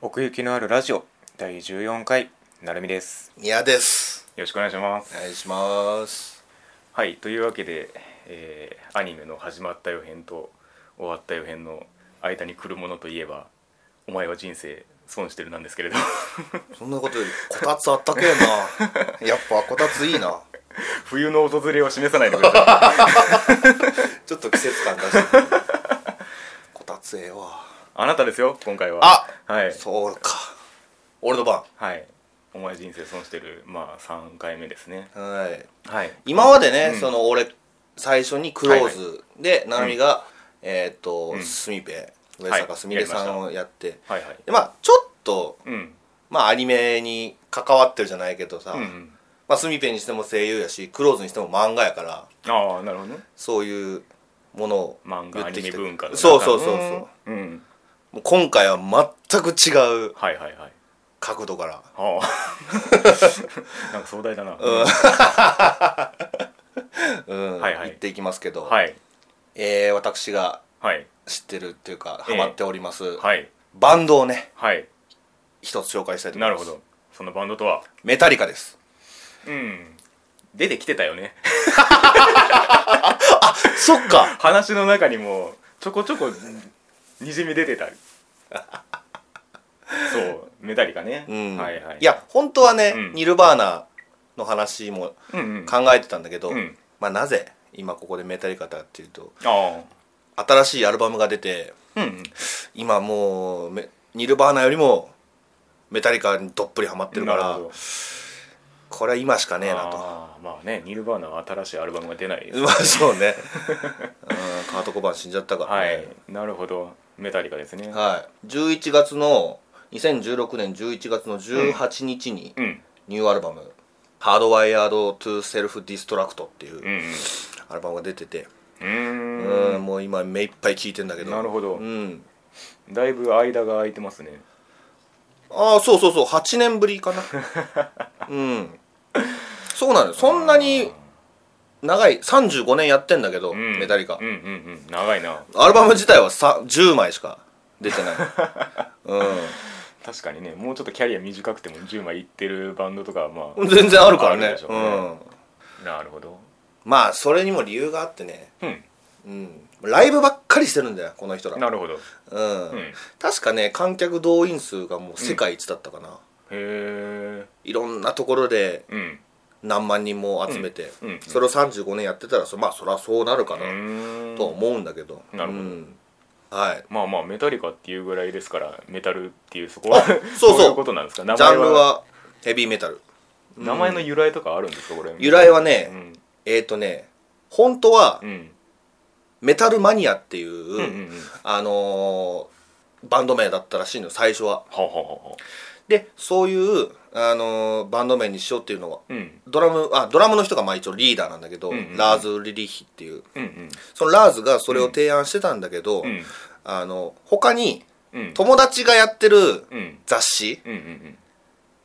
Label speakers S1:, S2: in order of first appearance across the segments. S1: 奥行きのあるラジオ第14回なるみです
S2: 宮です
S1: よろしくお願いします
S2: お願いします
S1: はいというわけで、えーアニメの始まった予編と終わった予編の間に来るものといえば「お前は人生損してる」なんですけれど
S2: そんなことよりこたつあったけえ なやっぱこたついいな
S1: 冬の訪れを示さないでくだ さい
S2: ちょっと季節感出してくる こたつええわ
S1: あなたですよ今回は
S2: あ
S1: はい
S2: そうか俺の番
S1: はいお前人生損してるまあ3回目ですね
S2: はい
S1: はい
S2: 今までね、
S1: うん
S2: その俺最初にクローズ、
S1: は
S2: でななみが、えーっ、と
S1: ん
S2: すみべ上
S1: は
S2: 坂
S1: い
S2: すみれさんをやって、
S1: はいはい
S2: でまあちょっと
S1: うん
S2: まあアニメに関わってるじゃないけどさ、
S1: うん
S2: まあすみべにしても声優やしクローズにしても漫画やから
S1: ああなるほどね
S2: そういうものを
S1: 漫画アニメ文化の中の
S2: そうそうそうそう
S1: うん
S2: もう今回は全く違う
S1: はいはいはい
S2: 角度から
S1: ああ なんか壮大だな、
S2: うん
S1: はいはい
S2: 言っていきますけど、
S1: はい
S2: えー私が
S1: はい
S2: 知ってるっていうか
S1: ええ
S2: ハマっております、
S1: はい
S2: バンドをね
S1: はい
S2: 一つ紹介したいと思
S1: ないる
S2: ます
S1: ほどそのバンドとは
S2: メタリカ です
S1: うん出てきてたよね
S2: そっか
S1: 話の中にもちょこちょこにじみ出て たそうメタリカね、
S2: うん、
S1: はいはい
S2: や本当はね、
S1: うん
S2: ニルバーナの話も
S1: うんうん
S2: 考えてたんだけど、
S1: うん
S2: まあなぜ今ここでメタリカだっていうと
S1: あ
S2: 新しいアルバムが出て
S1: あうんうん
S2: 今もうメニルバーナよりもメタリカにどっぷりハマってるか
S1: な
S2: ら
S1: ほど
S2: これは今しかねえなと
S1: あーまあねニルバーナは新しいアルバムが出ないです
S2: まあそ うねうんカート・コバーン死んじゃったから
S1: は
S2: ね
S1: いなるほどメタリカですね
S2: はい、11月の2016年11月の18日に
S1: うん
S2: ニューアルバム「ハードワイヤード・トゥ・セルフ・ディストラクト」っていう
S1: うん
S2: アルバムが出てて、
S1: うんう
S2: う
S1: ーん
S2: ん、もう今目いっぱい聴いてんだけど
S1: なるほど
S2: うん、
S1: だいぶ間が空いてますね
S2: ああそうそうそう8年ぶり かなうんそうなのよそんなに長い35年やってんだけど、
S1: うん
S2: メタリカ、
S1: うんうんうん長いな
S2: アルバム自体はさ10枚しか出て ないうん
S1: 確かにねもうちょっとキャリア短くても10枚いってるバンドとかはま
S2: 全然あるから
S1: ある
S2: ね
S1: でしょ
S2: う
S1: うね
S2: ん
S1: あなるほど
S2: まあそれにも理由があってね
S1: うん
S2: うんライブばっかりしてるんだよこの人ら
S1: なるほどへ
S2: うん、
S1: ん
S2: 確かね観客動員数がもう世界一だったかな、
S1: え
S2: いろんなところで
S1: うん
S2: 何万人も集めて、
S1: うんうん
S2: それを35年やってたらそまあそりゃそうなるか
S1: う
S2: な、
S1: ーん
S2: とは思うんだけど
S1: なるほど
S2: うんはい
S1: まあまあメタリカっていうぐらいですからメタルっていうそこは
S2: そう
S1: どいうことなんですか名
S2: ジャ
S1: 前
S2: ンルはヘビーメタル
S1: 名前の由来とかあるんですかこれ
S2: 由来はね、
S1: うん
S2: えっ、ー、とね本当は
S1: うん
S2: メタルマニアっていう、
S1: うんうんうん
S2: あのーバンド名だったらしいの最初は
S1: はははは
S2: でそういう、あのーバンド名にしようっていうのは
S1: うん
S2: ドラムあドラムの人がまあ一応リーダーなんだけど、
S1: うんうんうん
S2: ラーズ・リリヒっていう
S1: うんうん
S2: そのラーズがそれを提案してたんだけど、
S1: うん
S2: あの他に
S1: うん
S2: 友達がやってる
S1: うん
S2: 雑誌
S1: うんうん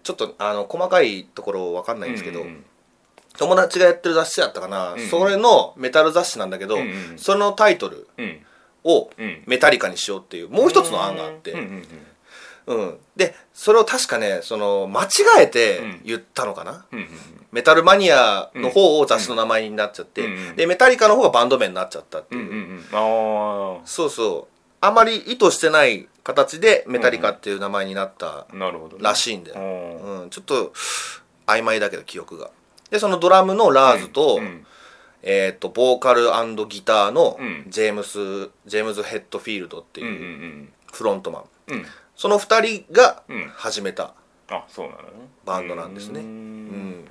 S2: ちょっとあの細かいところ分かん
S1: な
S2: ないんですけど、
S1: うんうん
S2: 友達がやってる雑誌だったか
S1: ん
S2: な、
S1: うん
S2: それのメタル雑誌なんだけど、
S1: うんうん
S2: そのタイトル
S1: うん
S2: を
S1: うん
S2: メタリカにしようっていうもう一つの案があって、
S1: うんうん
S2: うん、でそれを確かねその間違えて言ったのかな、
S1: うんうん
S2: メタルマニアの方を雑誌の名前になっちゃって、
S1: うん
S2: でメタリカの方がバンド名になっちゃったって
S1: う
S2: い
S1: ん
S2: う、
S1: うんうんうんあ
S2: そうそうあまり意図してない形でメタリカっていう名前になった
S1: あなるほどね
S2: らしいんだ
S1: う
S2: よ、
S1: ん
S2: うんちょっと曖昧だけど記憶がでそのドラムのラーズと,、
S1: うん
S2: えー、とボーカルギターの
S1: うん
S2: ジェームス・ジェームズ・ヘッドフィールドって
S1: うんうんう
S2: いうんフロントマン、
S1: うん
S2: その二人が
S1: うん
S2: 始めた、
S1: あそうなのね
S2: バンドなんですね
S1: うーん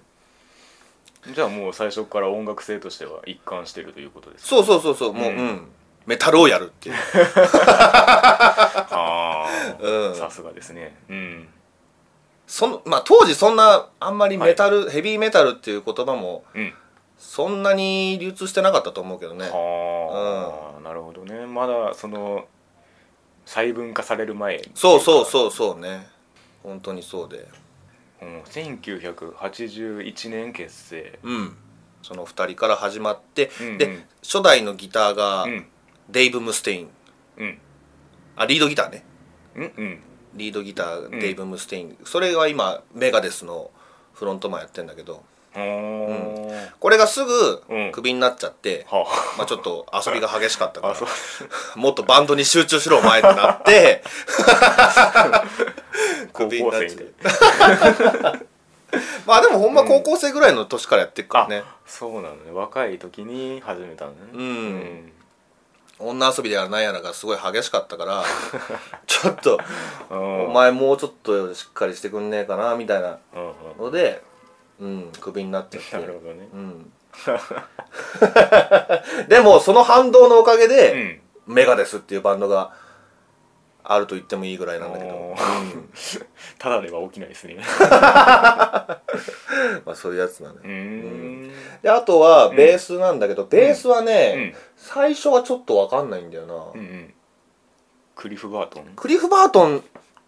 S2: うん
S1: じゃあもう最初から音楽性としては一貫してるということです
S2: そうそうそうそうもう、
S1: うん
S2: うんメタルをやるっていう
S1: かあ
S2: う
S1: あ
S2: ん
S1: さすがですねうん
S2: そのまあ、当時そんなあんまりメタル、ヘビーメタルっていう言葉も
S1: うん
S2: そんなに流通してなかったと思うけどね
S1: はあなるほどねまだその細分化される前
S2: そうそうそうそうね本当にそうで
S1: うん1981年結成
S2: うんその2人から始まって、
S1: うんうん
S2: で初代のギターが
S1: うん
S2: デイブ・ムステイン、
S1: うん
S2: あリードギターね
S1: うんうん
S2: リードギターデイブ・ムステイン、それが今メガデスのフロントマンやってんだけど
S1: おー
S2: これがすぐ
S1: うん
S2: クビになっちゃって、
S1: は
S2: まあ、ちょっと遊びが激しかった
S1: あ
S2: か
S1: あそう
S2: ら もっとバンドに集中しろお前ってなって
S1: 高校
S2: クビになっ
S1: 生
S2: ちゃ
S1: で
S2: うまあでもほんま高校生ぐらいの年からやってっから
S1: あ
S2: ね、
S1: そうなのね若い時に始めたのね
S2: うん
S1: うん
S2: 女遊びでやらないやらがすごい激しかったから ちょっと
S1: お
S2: お前もうちょっとしっかりしてくんねえかなみたいな
S1: うん
S2: のでうんクビになっちゃっ
S1: な
S2: て
S1: るほどね
S2: うん でもその反動のおかげ
S1: うん
S2: で、メガデスっていうバンドがあると言ってもいいぐらいなんだけど、
S1: おただでは起きないですね
S2: まあ、そういうやつなんだ
S1: う
S2: よ
S1: ん
S2: であとはベースなんだけど、ベースはね、
S1: うん
S2: 最初はちょっとわかんないんだよな、
S1: うんうんクリフ・バートン
S2: クリフ・バートン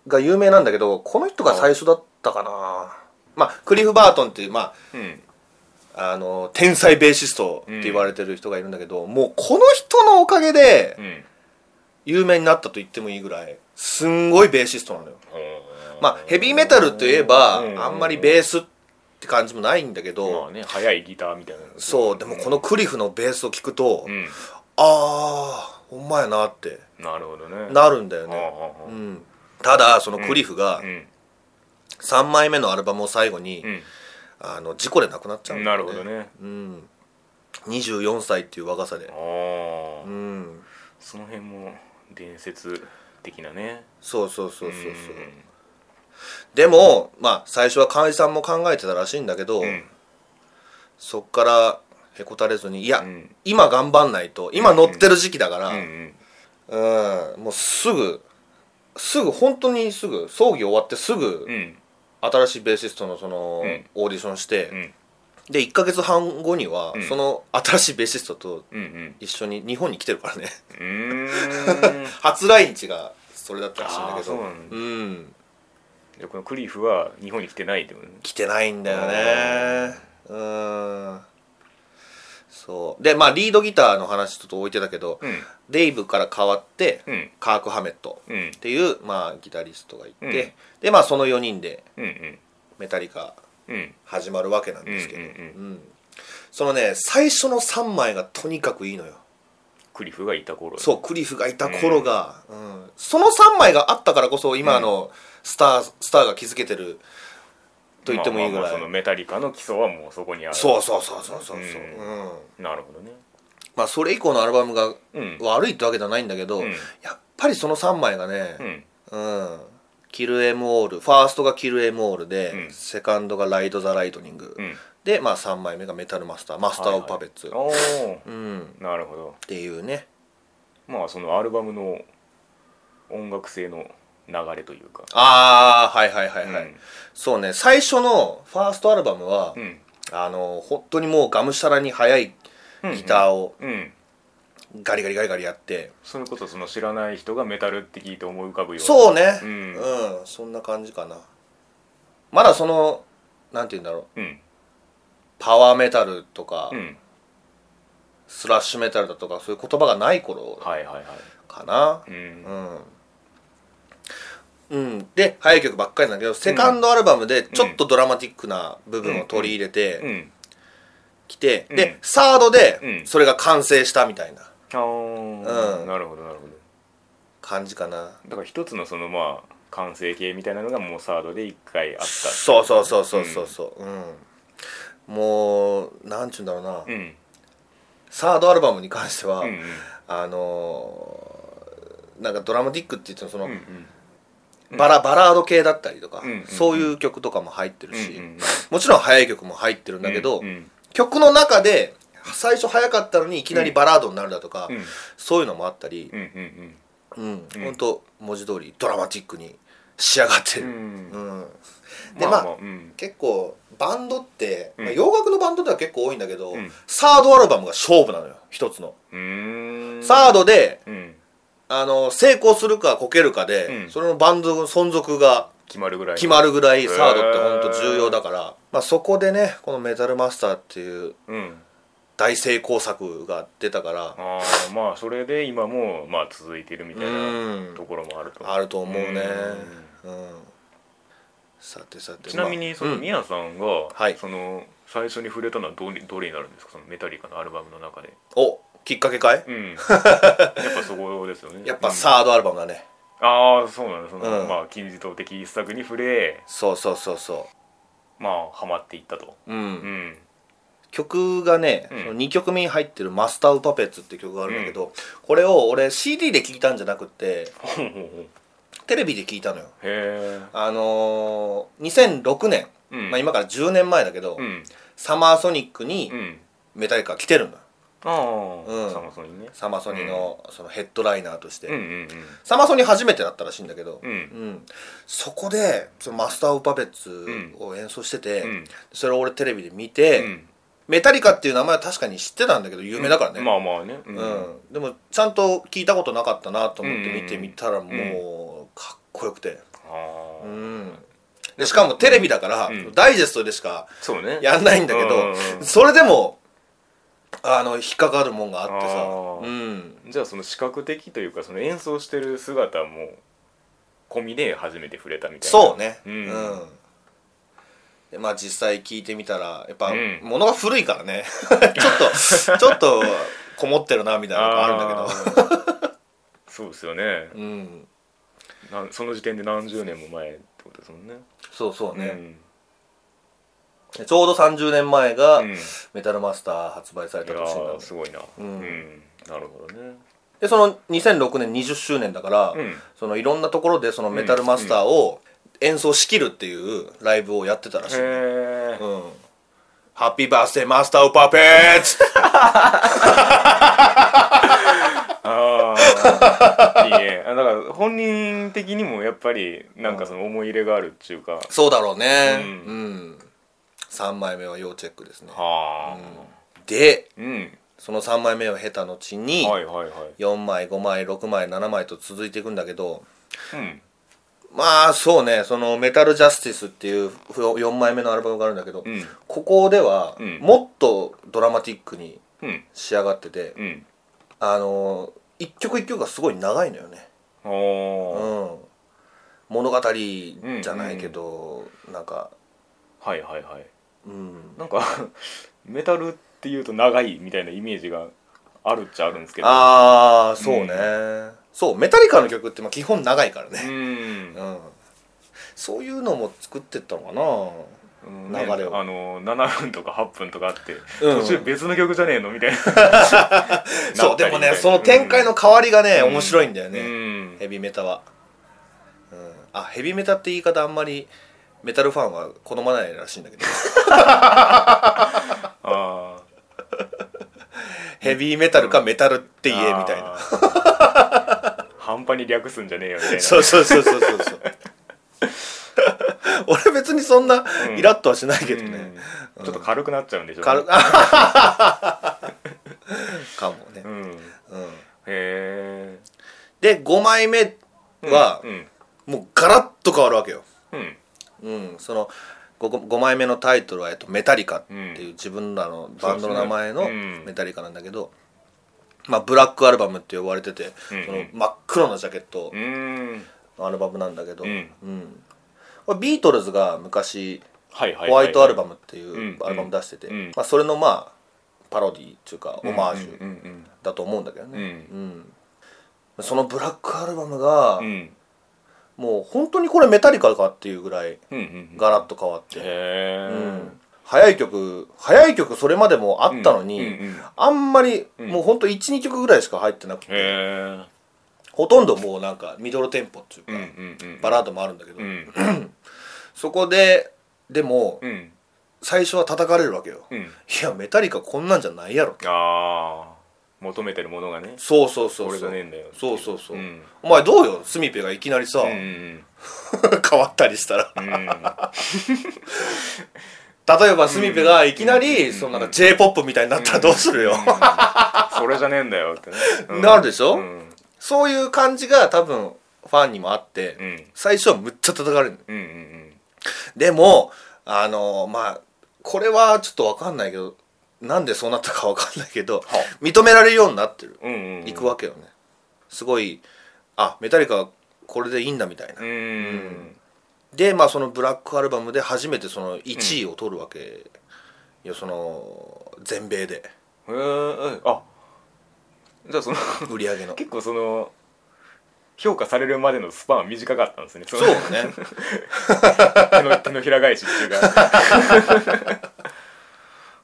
S2: が有名なんだけどこの人が最初だったかなまあクリフ・バートンっていうま
S1: うん
S2: ああの天才ベーシストって言われてる人がいるんだけど、もうこの人のおかげで
S1: うん
S2: 有名になったと言ってもいいぐらいすんごいベーシストなのよまあヘビーメタルといえば
S1: うん
S2: あんまりベースって感じもないんだけ
S1: ま
S2: ど
S1: あね速いギターみたいな
S2: そうでもこのクリフのベースを聞くと
S1: うん
S2: あーほんまやなって
S1: なるほどね
S2: なるんだよ
S1: ああ
S2: ね
S1: ああ
S2: うんただそのクリフが
S1: うん
S2: 3枚目のアルバムを最後に
S1: うん
S2: あの事故で亡くなっちゃうんだ
S1: な
S2: よ
S1: るほどね
S2: うん24歳っていう若さで
S1: あ
S2: う
S1: あ
S2: ん
S1: その辺も伝説的なね
S2: そうそうそうそうそ
S1: う
S2: う
S1: ん
S2: でもまあ最初は川井さんも考えてたらしいんだけど、
S1: うん
S2: そっからへこたれずにいや、
S1: うん
S2: 今頑張んないと今乗ってる時期だから、
S1: うんうん
S2: うんもうすぐすぐ本当にすぐ葬儀終わってすぐ、
S1: うん
S2: 新しいベーシストのその、
S1: うん
S2: オーディションして、
S1: うん
S2: で1ヶ月半後には、
S1: うん
S2: その新しいベーシストと
S1: うんうん
S2: 一緒に日本に来てるからね
S1: うーん
S2: 初来日がそれだったらしいんだけ
S1: あーそ
S2: ど
S1: うなんだ
S2: うん
S1: じゃあこのクリフは日本に来てないってことね
S2: 来てないんだよねうんそうでまあリードギターの話ちょっと置いてたけど、
S1: う
S2: デイブから変わって、
S1: んうん
S2: カーク・ハメット
S1: うん
S2: っていう、まあ、ギタリストがいて、
S1: うん
S2: でまあその4人で
S1: うんうん
S2: メタリカ
S1: うん
S2: 始まるわけなんですけど、
S1: うんうん
S2: うんそのね最初の3枚がとにかくいいのよ
S1: クリフがいた頃
S2: そうクリフがいた頃が、うんその3枚があったからこそ今のスター、スターが築けてると言ってもいいぐ
S1: まあまあまあ
S2: らい、
S1: そのメタリカの基礎はもうそこにある
S2: そうそうそうそうそうそう、
S1: う
S2: うん
S1: なるほどね
S2: まあそれ以降のアルバムが
S1: うん
S2: 悪いってわけじゃないんだけど、
S1: うん
S2: やっぱりその3枚がね、
S1: うん
S2: うん、キル・エム・オールファーストがキル・エム・オールで、
S1: うん
S2: セカンドがライド・ザ・ライトニング、
S1: うん
S2: で、まあ、3枚目がメタル・マスターマスター・オブ・パペッツ、
S1: おー
S2: うん、っ
S1: なるほど
S2: ていうね
S1: まあそのアルバムの音楽性の流れというか
S2: ああはいはいはいはい、
S1: うん
S2: そうね最初のファーストアルバムは、
S1: うん
S2: あの本当にもうがむしゃらに速いギターを
S1: うん
S2: ガリガリガリガリやって、
S1: それこそその知らない人がメタルって聞いて思い浮かぶような
S2: そうねう
S1: うんん、
S2: そんな感じかなまだそのなんて言うんだろう
S1: うん
S2: パワーメタルとか、
S1: うん
S2: スラッシュメタルだとかそういう言葉がない頃
S1: はいはいはい
S2: かな
S1: う
S2: うんん、うん、で早い曲ばっかりなんだけどセカンドアルバムでちょっとドラマティックな部分を取り入れ
S1: う
S2: て
S1: ん
S2: きて、
S1: うんうん
S2: でサードで
S1: うん
S2: それが完成したみたいな
S1: あー
S2: うん
S1: なるほどなるほど
S2: 感じかな
S1: だから一つのそのまあ完成形みたいなのがもうサードで一回あった
S2: そうそうそうそうそうそううん、もうなんちゅうんだろうな、
S1: うん
S2: サードアルバムに関しては、
S1: うんうん
S2: あのーなんかドラマティックって言ってもその、
S1: うんうん
S2: バラバラード系だったりとか、
S1: うんうん
S2: そういう曲とかも入ってるし、
S1: うんうん
S2: もちろん速い曲も入ってるんだけど、
S1: うんうん
S2: 曲の中で最初速かったのにいきなりバラードになるだとか、
S1: うん
S2: そういうのもあったり
S1: う、んうん
S2: うんほんと文字通りドラマティックに仕上がって
S1: う
S2: る、うん
S1: ん
S2: でまあ、
S1: うん
S2: 結構バンドって、
S1: うん
S2: まあ洋楽のバンドでは結構多いんだけど、
S1: うん
S2: サードアルバムが勝負なのよ一つの、
S1: うーん
S2: サードで
S1: うん
S2: あの成功するかこけるかで、
S1: うん
S2: それのバンドの存続が
S1: 決まるぐらいの
S2: 決まるぐらいサードってほんと重要だから、まあ、そこでねこの「メタルマスター」っていう
S1: うん
S2: 大成功作が出たから
S1: ああまあそれで今もまあ続いてるみたいなところもあると
S2: あると思うね
S1: ん
S2: うん、さてさて
S1: ちなみにその
S2: うん
S1: ミヤさんが、
S2: はい
S1: その最初に触れたのはどれどれになるんですかそのメタリカのアルバムの中で、
S2: おきっかけかい
S1: うん、やっぱそこですよね
S2: やっぱ、サードアルバムだね、
S1: うんああそうなんですその、
S2: うん
S1: まあ金字塔的一作に触れ
S2: そうそうそうそ
S1: まあハマっていったと
S2: ううん、
S1: うん
S2: 曲がね、
S1: うん
S2: その2曲目に入ってる「マスター・オブ・パペッツ」って曲があるんだけど、これを俺 CD で聴いたんじゃなくて
S1: ほうほうほう
S2: テレビで聴いたのよ
S1: へえ
S2: あのー、2006年、
S1: うん
S2: まあ、今から10年前だけど、
S1: うん
S2: サマーソニックに
S1: うん
S2: メタリカ来てるのよ
S1: ああ、
S2: うん
S1: サマソニね
S2: サマソニのそのヘッドライナーとして、
S1: うんうん
S2: サマソニ初めてだったらしいんだけど、
S1: うんうん
S2: そこでそのマスター・オブ・パペッツを演奏してて、
S1: うん
S2: それを俺テレビで見
S1: う
S2: て、
S1: ん
S2: メタリカっていう名前は確かに知ってたんだけど有名だからね、
S1: まあまあねう
S2: うん、でもちゃんと聞いたことなかったなと思って見てみたら
S1: ん
S2: もうかっこよくて、
S1: ああ、
S2: うん、でしかもテレビだから、
S1: うん
S2: ダイジェストでしか
S1: そうね
S2: やんないんだけど、
S1: うんうんうん
S2: それでもあの引っかかるもんがあって
S1: あ
S2: さ、
S1: ー
S2: うん、
S1: じゃあその視覚的というかその演奏してる姿も込みで初めて触れたみたいな
S2: そうね、
S1: う
S2: うんんでまあ実際聞いてみたらやっぱ
S1: うん
S2: 物が古いからね ち ょっとちょっとこもってるなみたいなのがあるんだ
S1: んだけどそうですよね
S2: けど、うん、
S1: なんその時点で何十年も前ってことですもんね
S2: そうそうね、でちょうど30年前
S1: う
S2: が
S1: ん、うん、いや
S2: メタルマスター発売された年になる
S1: ーすごいなう、
S2: うんん
S1: なるほどね
S2: でその2006年20周年だから、
S1: うん
S2: そのいろんなところでそのメタルマスターを演奏しきるっていうライブをやってたらしい、うん
S1: へえ
S2: ハッピーバースデーマスターオブパペッツ
S1: あ あいいねあだから本人的にもやっぱりなんかその思い入れがあるっていうか
S2: そうだろうね
S1: う
S2: うん、3枚目は要チェックですね
S1: は
S2: で
S1: あうん、
S2: その3枚目を経た後に、
S1: はいはいはい
S2: 4枚5枚6枚7枚と続いていくんだけど
S1: うん
S2: まあそうねそのメタルジャスティスっていう4枚目のアルバムがあるんだけど、
S1: うん
S2: ここでは
S1: うん
S2: もっとドラマティックに
S1: うん
S2: 仕上がってて、
S1: うん
S2: あのー一曲一曲がすごい長いのよね、
S1: あ
S2: う
S1: ー
S2: ん、物語じゃないけど、なんか、
S1: はいはいはい
S2: うん、
S1: なんか メタルっていうと長いみたいなイメージがあるっちゃあるんですけど
S2: ああそうね、
S1: う
S2: そうメタリカの曲ってまあ基本長いから
S1: う
S2: ね、
S1: ん
S2: うんそういうのも作ってったのかな
S1: うん
S2: 流れを
S1: あの7分とか8分とかあって、
S2: うん
S1: 途中別の曲じゃねえのみたいな
S2: そうでもねその展開の変わりがね、面白いんだよね、
S1: ね
S2: ヘビメタは、うん、あヘビメタって言い方あんまりメタルファンは好まないらしいんだけ ど
S1: あ
S2: ヘビーメタルかメタルっ
S1: ー
S2: て言えみたいな
S1: あー半端に略すんじゃねえよみたいな
S2: そうそうそうそうそうそう 俺別にそんな
S1: うん
S2: イラッとはしないけどね、
S1: うんちょっと軽くなっちゃうんでしょうね
S2: 軽くかもね
S1: う、んへ
S2: うん、
S1: え
S2: で5枚目は
S1: うん
S2: もうガラッと変わるわけよ、
S1: うん
S2: うん、その 5, 枚目のタイトルは、えっと「メタリカ」っていう自分らのバンドの名前
S1: そうで
S2: の
S1: すねうん
S2: メタリカなんだけど、まあ、ブラックアルバムって呼ばれてて、
S1: うんうん
S2: その真っ黒なジャケット
S1: うん
S2: のアルバムなんだけど、
S1: うん
S2: うんこれビートルズが昔
S1: はいはいはいはい
S2: ホワイトアルバムっ
S1: う
S2: て
S1: ん
S2: いう
S1: うん
S2: アルバム出してて、
S1: うん
S2: まあ、それのまあパロディっていうかオマージ
S1: う
S2: ュ
S1: んうん
S2: だと思うんだけど
S1: うんう
S2: ね、
S1: ん
S2: うんそのブラックアルバムが、
S1: うん
S2: もう本当にこれメタリカかっていうぐらい
S1: うんうん
S2: ガラッと変わって、
S1: へえ
S2: 早い曲早い曲それまでもあったのに、
S1: うんうんうん
S2: あんまり、
S1: うん
S2: もうほんと12曲ぐらいしか入ってなくて、
S1: へ
S2: ほとんどもうなんかミドルテンポっていう
S1: え
S2: か、
S1: うんうんうん
S2: バラードもあるんだけど、
S1: うん
S2: そこででも、
S1: うん
S2: 最初は叩かれるわけよ、
S1: うん
S2: いやメタリカこんなんじゃないやろ
S1: ああ求めてるものがね
S2: そうそうそ
S1: こ
S2: う
S1: れじ
S2: そ
S1: ゃねえ
S2: うん
S1: だよ
S2: そうそうそう、
S1: ん
S2: お前どうよスミペがいきなりさ、
S1: うん
S2: 変わったりしたら
S1: うんうん
S2: 例えばスミペがいきな
S1: うん
S2: りそのなんか j p o p みたいになったらどうするよ、
S1: それじゃねえんだよってねうん
S2: なるでしょ
S1: うん
S2: そういう感じが多分ファンにもあって、
S1: うん
S2: 最初はむっちゃ叩かれるの
S1: うんうん
S2: でもあのまあこれはちょっとわかんないけどなんでそうなったかわかんないけど
S1: は
S2: 認められるようになってる
S1: うんうんうん
S2: いくわけよねすごいあメタリカこれでいいんだみたいな、
S1: うーん
S2: でまあそのブラックアルバムで初めてその1位を取るわけ、よその全米で
S1: へえあじゃあその
S2: 売り上げの
S1: 結構その評価されるまでのスパン短かったんですね
S2: そ
S1: の
S2: うね
S1: 手の手のひら返しっていうか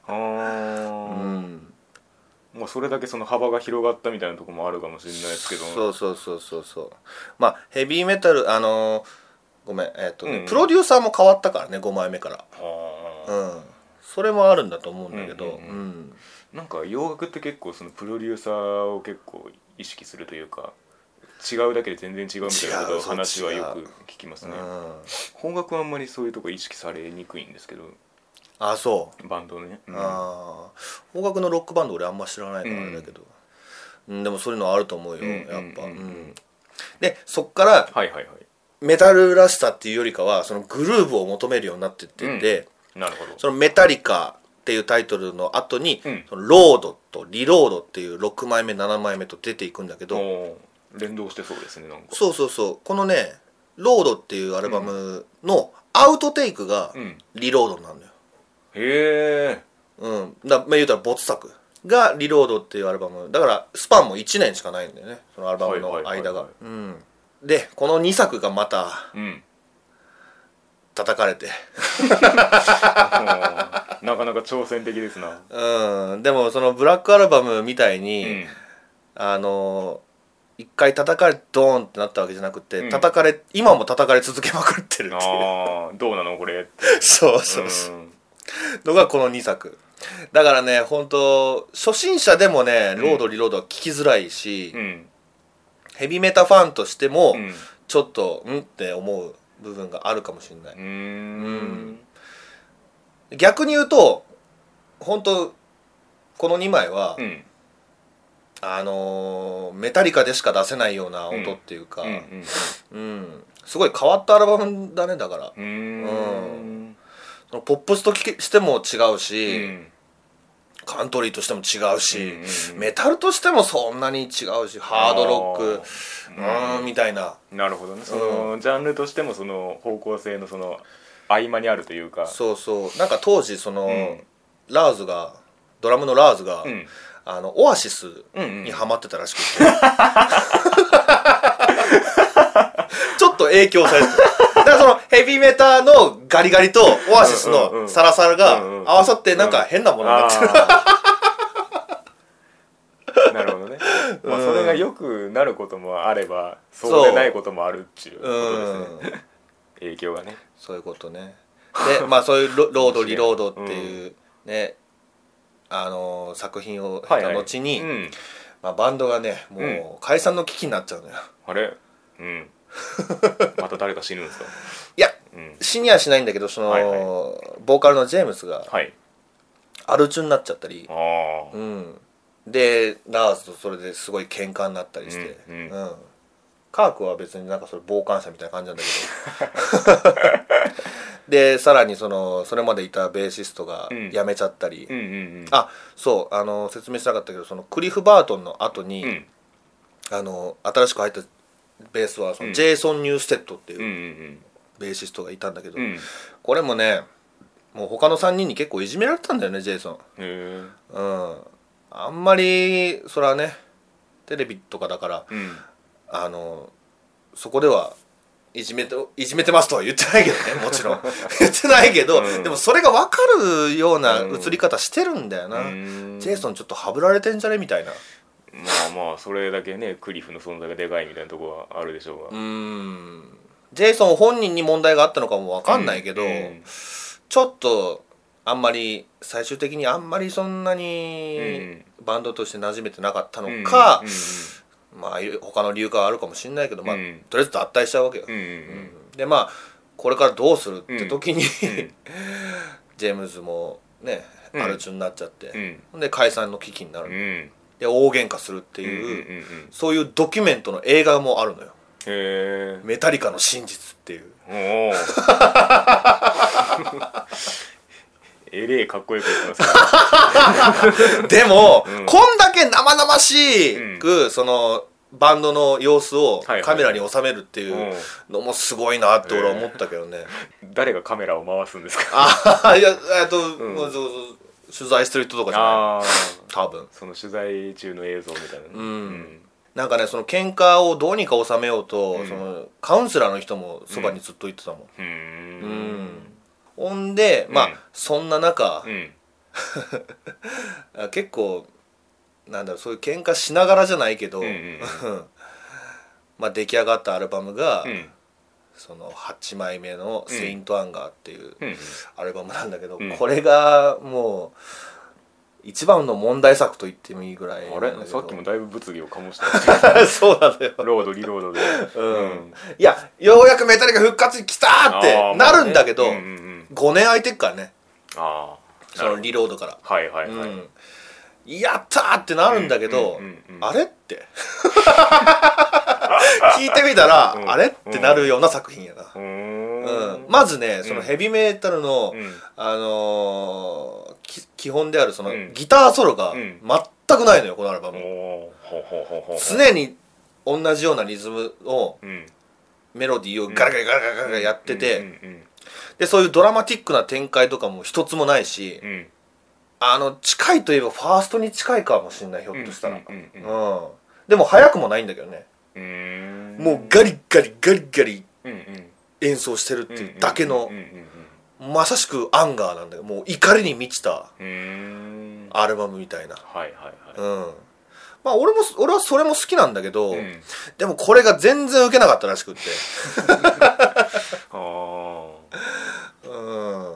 S1: あ
S2: う
S1: ー
S2: ん
S1: まあそれだけその幅が広がったみたいなところもあるかもしれないですけど
S2: そうそうそうそうそうまあヘビーメタルあのーごめんえっ、とね、
S1: うん
S2: プロデューサーも変わったからね5枚目から
S1: あー
S2: うんそれもあるんだと思うんだけど
S1: う
S2: うんん
S1: うんうなんか洋楽って結構そのプロデューサーを結構意識するというか違うだけで全然違うみたいなこと
S2: 違
S1: を
S2: うそう
S1: 話は
S2: 違う
S1: よく聞きますね
S2: うん
S1: 邦楽はあんまりそういうとこ意識されにくいんですけど
S2: あそう、
S1: バンドのね、うん
S2: ああ邦楽のロックバンド俺あんま知らないからあれだけど、うんでもそういうのはあると思うよ、
S1: うん
S2: やっぱ、
S1: う
S2: うんん
S1: うん
S2: でそっから
S1: はいはいはい
S2: メタルらしさっていうよりかはそのグルーブを求めるようになってってて、
S1: なるほど
S2: その「メタリカ」っていうタイトルの後に「
S1: うん
S2: そのロード」と「リロード」っていう6枚目7枚目と出ていくんだけど
S1: おー連動してそうですねなんか
S2: そうそうそうこのね「ロード」っていうアルバムのアウトテイクが
S1: うん
S2: 「リロード」なんだよ。
S1: へえ
S2: うん、だまあ言うたらボツ作が「リロード」っていうアルバムだからスパンも1年しかないんだよねそのアルバムの
S1: はいはいは
S2: 間
S1: いは
S2: が
S1: い
S2: うんでこの2作がまた
S1: うん
S2: 叩かれて
S1: あのーなかなか挑戦的ですな
S2: うんでもそのブラックアルバムみたいに、
S1: うん
S2: あの一回叩かれてドーンってなったわけじゃなくて、
S1: うん
S2: 叩かれ今も叩かれ続けまくってるっていう
S1: あーどうなのこれ
S2: そうそうそう
S1: うん
S2: のがこの2作だからね本当初心者でもね「ロードリロード」は聞きづらいし、
S1: うん
S2: ヘビメタファンとしても、
S1: うん
S2: ちょっとうんって思う部分があるかもしれな
S1: う
S2: い、
S1: ーん
S2: 逆に言うと本当この2枚は、
S1: うん
S2: あのーメタリカでしか出せないような音っていうか、
S1: う
S2: うんんすごい変わったアルバムだねだから
S1: うんうん
S2: そのポップスときしても違う
S1: う
S2: し、
S1: ん
S2: カントリーとしても違うし、
S1: うん
S2: メタルとしてもそんなに違うしハードロックう
S1: あー
S2: ーんみたいな
S1: なるほどねそのジャンルとしてもその方向性のその合間にあるというか
S2: そうそうなんか当時その、
S1: うん
S2: ラーズがドラムのラーズが、
S1: うん
S2: あのオアシス
S1: うんうん
S2: にハマってたらしくて、 ちょっと影響されてただからそのヘビメタのガリガリとオアシス
S1: うんうんうん
S2: のサラサラが
S1: うんうん
S2: 合わさってなんか変なものになってる、
S1: あー なるほどね、まあ、
S2: うん
S1: それが良くなることもあればそうでないこともあるっていうこ
S2: う
S1: とですね
S2: ん
S1: 影響がね
S2: そういうことね。で、まあそ ういうロロ
S1: 面
S2: ード、
S1: 白い
S2: リロードっていうね、あのー作品を経
S1: はい
S2: た
S1: はい
S2: 後に、
S1: うん、
S2: まあ、バンドがね、もう解散の危機になっちゃうのよ。
S1: あれうん また誰か死ぬんですか
S2: いや、
S1: うん
S2: 死にはしないんだけど、その、
S1: はいはい
S2: ボーカルのジェームスが
S1: はい
S2: アル中になっちゃったり、
S1: ああ
S2: うん。で、ラーズとそれですごい喧嘩になったりして、
S1: う
S2: うんん。
S1: うん
S2: カークは別になんかそれ傍観者みたいな感じなんだ けどでさらにそのそれまでいたベーシストが
S1: うん
S2: 辞めちゃったり、
S1: うんうんうん
S2: あそうあの説明しなかったけどそのクリフ・バートンの後に、
S1: うん
S2: あの新しく入ったベースはその、
S1: うん
S2: ジェイソン・ニューステッドって
S1: うんう
S2: いうんベーシストがいたんだけど、
S1: うんうんへ
S2: これもねもう他の3人に結構いじめられてたんだよねジェイソン
S1: え
S2: うんあんまりそれはねテレビとかだから
S1: うん
S2: あのそこではいじめていじめてますとは言ってないけどねもち ろん言ってないけど、
S1: うん
S2: でもそれが分かるような映り方してるんだよな、
S1: うん
S2: ジェイソンちょっとはぶられてんじゃねみたいな
S1: まあまあそれだけねクリフの存在がでかいみたいなとこはあるでしょう
S2: う
S1: が
S2: んジェイソン本人に問題があったのかも分かんないけど、
S1: うん
S2: ちょっとあんまり最終的にあんまりそんなに
S1: う
S2: バンドとして馴染めてなかった
S1: うん
S2: のか
S1: うん、
S2: まあ他の理由があるかもしれないけど、まあ
S1: うん
S2: とりあえず脱退しちゃうわけよ、
S1: うんうん
S2: でまあこれからどうするって時
S1: うん
S2: に、ジェームズもね、
S1: うん
S2: アルチュになっちゃ
S1: う
S2: っ
S1: んう
S2: て、
S1: ん
S2: で解散の危機になる、
S1: うん
S2: で大喧嘩するって
S1: うんうん
S2: いう、
S1: うんうん
S2: そういうドキュメントの映画もあるのよ
S1: へえ
S2: 「メタリカの真実」っていう
S1: おおえれえかっこよく言ってます
S2: でも、
S1: うん
S2: こんだけ生々しく、そのバンドの様子を
S1: はいはい
S2: カメラに収めるっていうのもすごいなって俺は
S1: うん
S2: 思ったけどね、
S1: 誰がカメラを回すんですか
S2: ああいやえっと、
S1: ん
S2: そうそう取材してる人とかじゃない
S1: ああ
S2: 多分
S1: その取材中の映像みたいなねうん
S2: なんかねその喧嘩をどうにか収めようと、
S1: うん
S2: そのカウンセラーの人もそばにずっと行ってたもん、
S1: う
S2: うん
S1: ん
S2: ほんでまあ、
S1: うん
S2: そんな中
S1: う、ん
S2: あ結構なんだろうそういう喧嘩しながらじゃないけど、
S1: うんうん
S2: まあ出来上がったアルバムが、
S1: うん
S2: その8枚目の「セイントアンガー」っていう
S1: うん
S2: アルバムなんだけど、
S1: うん
S2: これがもう一番の問題作と言ってもいいぐらいな
S1: あ
S2: んだけど
S1: れさっきもだいぶ物議を醸した
S2: そうなんだよ
S1: ロードリロー ドで
S2: うんいやようやくメタリカ復活に来たーってなるんだけど、
S1: あーまあねうんうんうん
S2: 5年空いてっからね
S1: ああ
S2: そのリロードから、
S1: はいはいはい、
S2: うんやったーってなるんだけ
S1: う
S2: ど、
S1: んうんうんうん
S2: あれって 聞いてみたら、
S1: うん
S2: あれってなるような作品やな
S1: う、ー
S2: う
S1: ん
S2: んまずねそのヘビメタルの、
S1: うん
S2: あのーき基本であるその
S1: うん
S2: ギターソロが
S1: うん
S2: 全くないのよこのアルバム、
S1: おーほうほうほうほう
S2: 常に同じようなリズムを
S1: うん
S2: メロディーをガラガラガラガラガラやってて、
S1: うん
S2: でそういうドラマティックな展開とかも一つもないし、
S1: うんうん
S2: あの近いといえばファーストに近いかもしれないひょっとしたら、
S1: うんうんうんう
S2: うんでも早くもないんだけどね、
S1: うーん
S2: もうガリガリガリガリ
S1: うんうん
S2: 演奏してるっていうだけの
S1: うんうんうんうん
S2: まさしくアンガーなんだよもう怒りに満ちた
S1: うーん
S2: アルバムみたいな
S1: はいはい
S2: うん
S1: はい
S2: まあ俺も俺はそれも好きなんだけど、
S1: うん
S2: でもこれが全然ウケなかったらしくって
S1: あ
S2: うん
S1: あ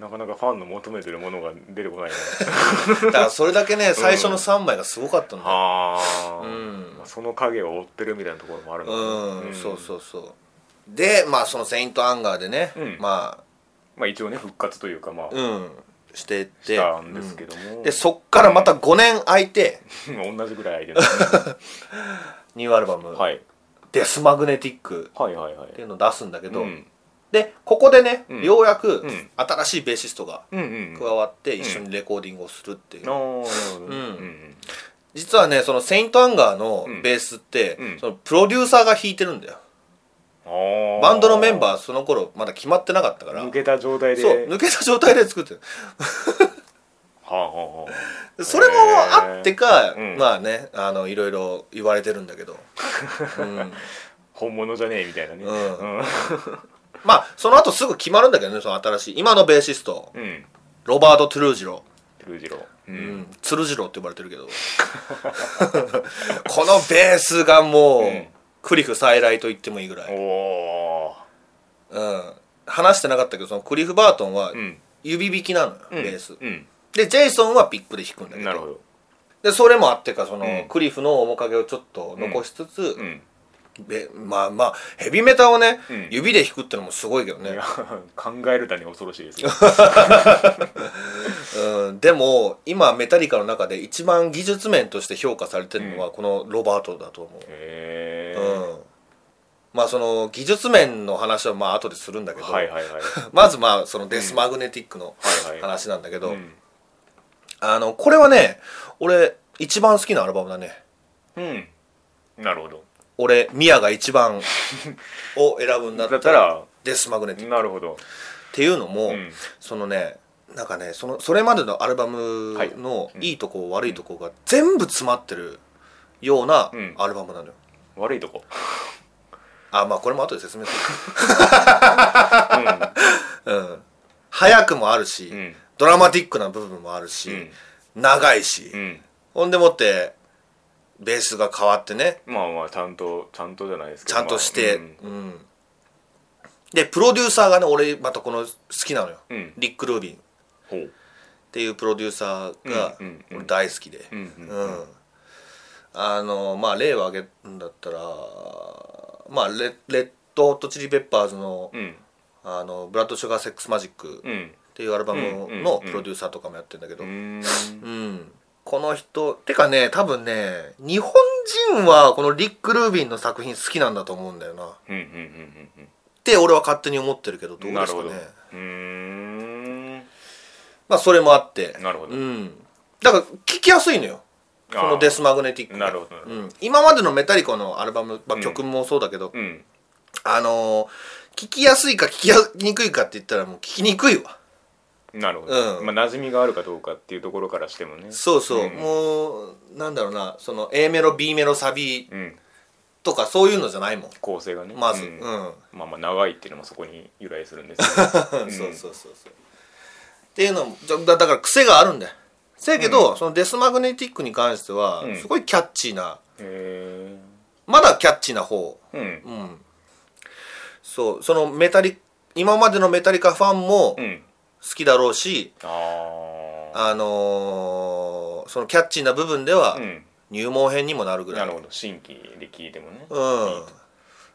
S1: なかなかファンの求めてるものが出てこないね
S2: だからそれだけね最初の3枚がすごかったんだよ
S1: ああ
S2: うん
S1: まあその影を追ってるみたいなところもあるのかな
S2: うん、そうそううそうでまあその「セイントアンガー」でね、
S1: うん
S2: まあ
S1: まあ一応ね復活というかまあ
S2: うんしてって
S1: したんですけど
S2: う
S1: も
S2: んでそっからまた5年空いて
S1: うん 同じぐらい空いてる
S2: ニューアルバム
S1: はい
S2: デスマグネティック
S1: はいはいはい
S2: っていうのを出すんだけど、
S1: うん
S2: でここでね、
S1: うん
S2: ようやく
S1: うん
S2: 新しいベーシストが
S1: うんうん
S2: 加わって一緒にレコーディングをするっていう、
S1: あー
S2: う
S1: うんんうん
S2: 実はねその「セイントアンガー」のベースって、
S1: うん
S2: そのプロデューサーが弾いてるんだよ
S1: あー
S2: バンドのメンバーその頃まだ決まってなかったから
S1: 抜けた状態で
S2: そう抜けた状態で作ってる
S1: はあは
S2: でそれもあってか、
S1: へーうん
S2: まあねあのいろいろ言われてるんだけど、うん
S1: あ本物じゃねえみたいなね
S2: うん
S1: うん
S2: まあその後すぐ決まるんだけどねその新しい今のベーシスト
S1: うん
S2: ロバート・トゥルージロ
S1: 鶴次郎う
S2: ー、うんん、ツルジローって呼ばれてるけど このベースがもう、
S1: うん
S2: クリフ再来と言ってもいいぐらい、
S1: おー
S2: うん、話してなかったけどそのクリフ・バートンは
S1: うん
S2: 指弾きなのよ、
S1: うん
S2: ベース
S1: うん
S2: でジェイソンはピックで弾くんだけど
S1: なるほど
S2: でそれもあってかその、
S1: うん
S2: クリフの面影をちょっと残しつつ、
S1: うん
S2: でまあまあヘビメタをね、
S1: うん
S2: 指で弾くってのもすごいけど
S1: い
S2: ね
S1: や、 考えるだに恐ろしいですよ
S2: うん、でも今メタリカの中で一番技術面として評価されてるのはこのロバートだと思う、
S1: へえ
S2: うん、まあその技術面の話はまあ後でするんだけど、
S1: はいはいはい
S2: まずまあそのデスマグネティックの
S1: はいはい
S2: 話なんだけど、
S1: うん
S2: あのこれはね俺一番好きなアルバムだね
S1: うんなるほど
S2: 俺ミヤが 一番を選ぶんだ
S1: だ
S2: っ
S1: ったた
S2: ら
S1: ら
S2: デスマグネティック
S1: なるほど
S2: っていうのも、
S1: うん
S2: そのねなんかねそのそれまでのアルバム
S1: はい
S2: の
S1: うん
S2: いいとこ、悪いとこが全部詰まってるような
S1: うん
S2: アルバムなのよ、
S1: 悪いとこ
S2: あまあこれも後で説明す
S1: う
S2: る うん早くもあるし、
S1: んうん
S2: ドラマティックな部分もあるし、
S1: うん
S2: 長いし、
S1: うん
S2: ほんでもってベースが変わってね
S1: まあまあちゃんとちゃんとじゃないですけ
S2: ち
S1: ど
S2: ゃんとして、
S1: まあ
S2: うんでプロデューサーがね俺またこの好きなのよ、
S1: うんうん
S2: リック・ルービンっ
S1: ほう
S2: ていうプロデューサーが
S1: うんうんうん
S2: 俺大好きで、
S1: うんうん
S2: うん、あのまあ例を挙げるんだったらまあレレッド・ホット・チリ・ペッパーズの,、
S1: うん
S2: あのブラッド・シュガー・セックス・マジック
S1: う
S2: っ
S1: ん
S2: ていうアルバ
S1: うんう
S2: ム
S1: ん
S2: の
S1: うん
S2: プロデューサーとかもやってんだけど、
S1: う
S2: うん
S1: ん
S2: この人てかね多分ね日本人はこのリック・ルービンの作品好きなんだと思うんだよなっ
S1: うんうんうんうん
S2: て俺は勝手に思ってるけどど
S1: う
S2: うん
S1: な
S2: で
S1: る
S2: す
S1: ほ
S2: か
S1: ど
S2: ね
S1: うーん
S2: まあそれもあって
S1: なるほど
S2: うんだから聞きやすいのよそのデスマグネティック
S1: なるほど、
S2: うん、今までのメタリコのアルバム、まあ
S1: うん
S2: 曲もそうだけど、
S1: うん
S2: あのー聞きやすいか聞きやにくいかって言ったらもう聞きにくいわ
S1: なるほど、
S2: うん
S1: まあ馴染みがあるかどうかっていうところからしてもね
S2: そうそう、
S1: ん
S2: もうなんだろうなその A メロ B メロサビ
S1: うん
S2: とかそういうのじゃないもん
S1: 構成がね
S2: まず、
S1: う
S2: うんん
S1: まあまあ長いっていうのもそこに由来するんですけど、ん
S2: そうそうそうそうっていうのもじゃだだから癖があるんだよせやけど、そのデスマグネティックに関しては、
S1: うん
S2: すごいキャッチーな
S1: へ
S2: まだキャッチーな方
S1: えうん
S2: うんそうそのメタリ今までのメタリカファンも
S1: う
S2: 好
S1: ん
S2: きだろうし、
S1: ああ
S2: あのーそのキャッチーな部分では
S1: うん
S2: 入門編にもなるぐら
S1: ないるほど新規で聞いてもね、
S2: うん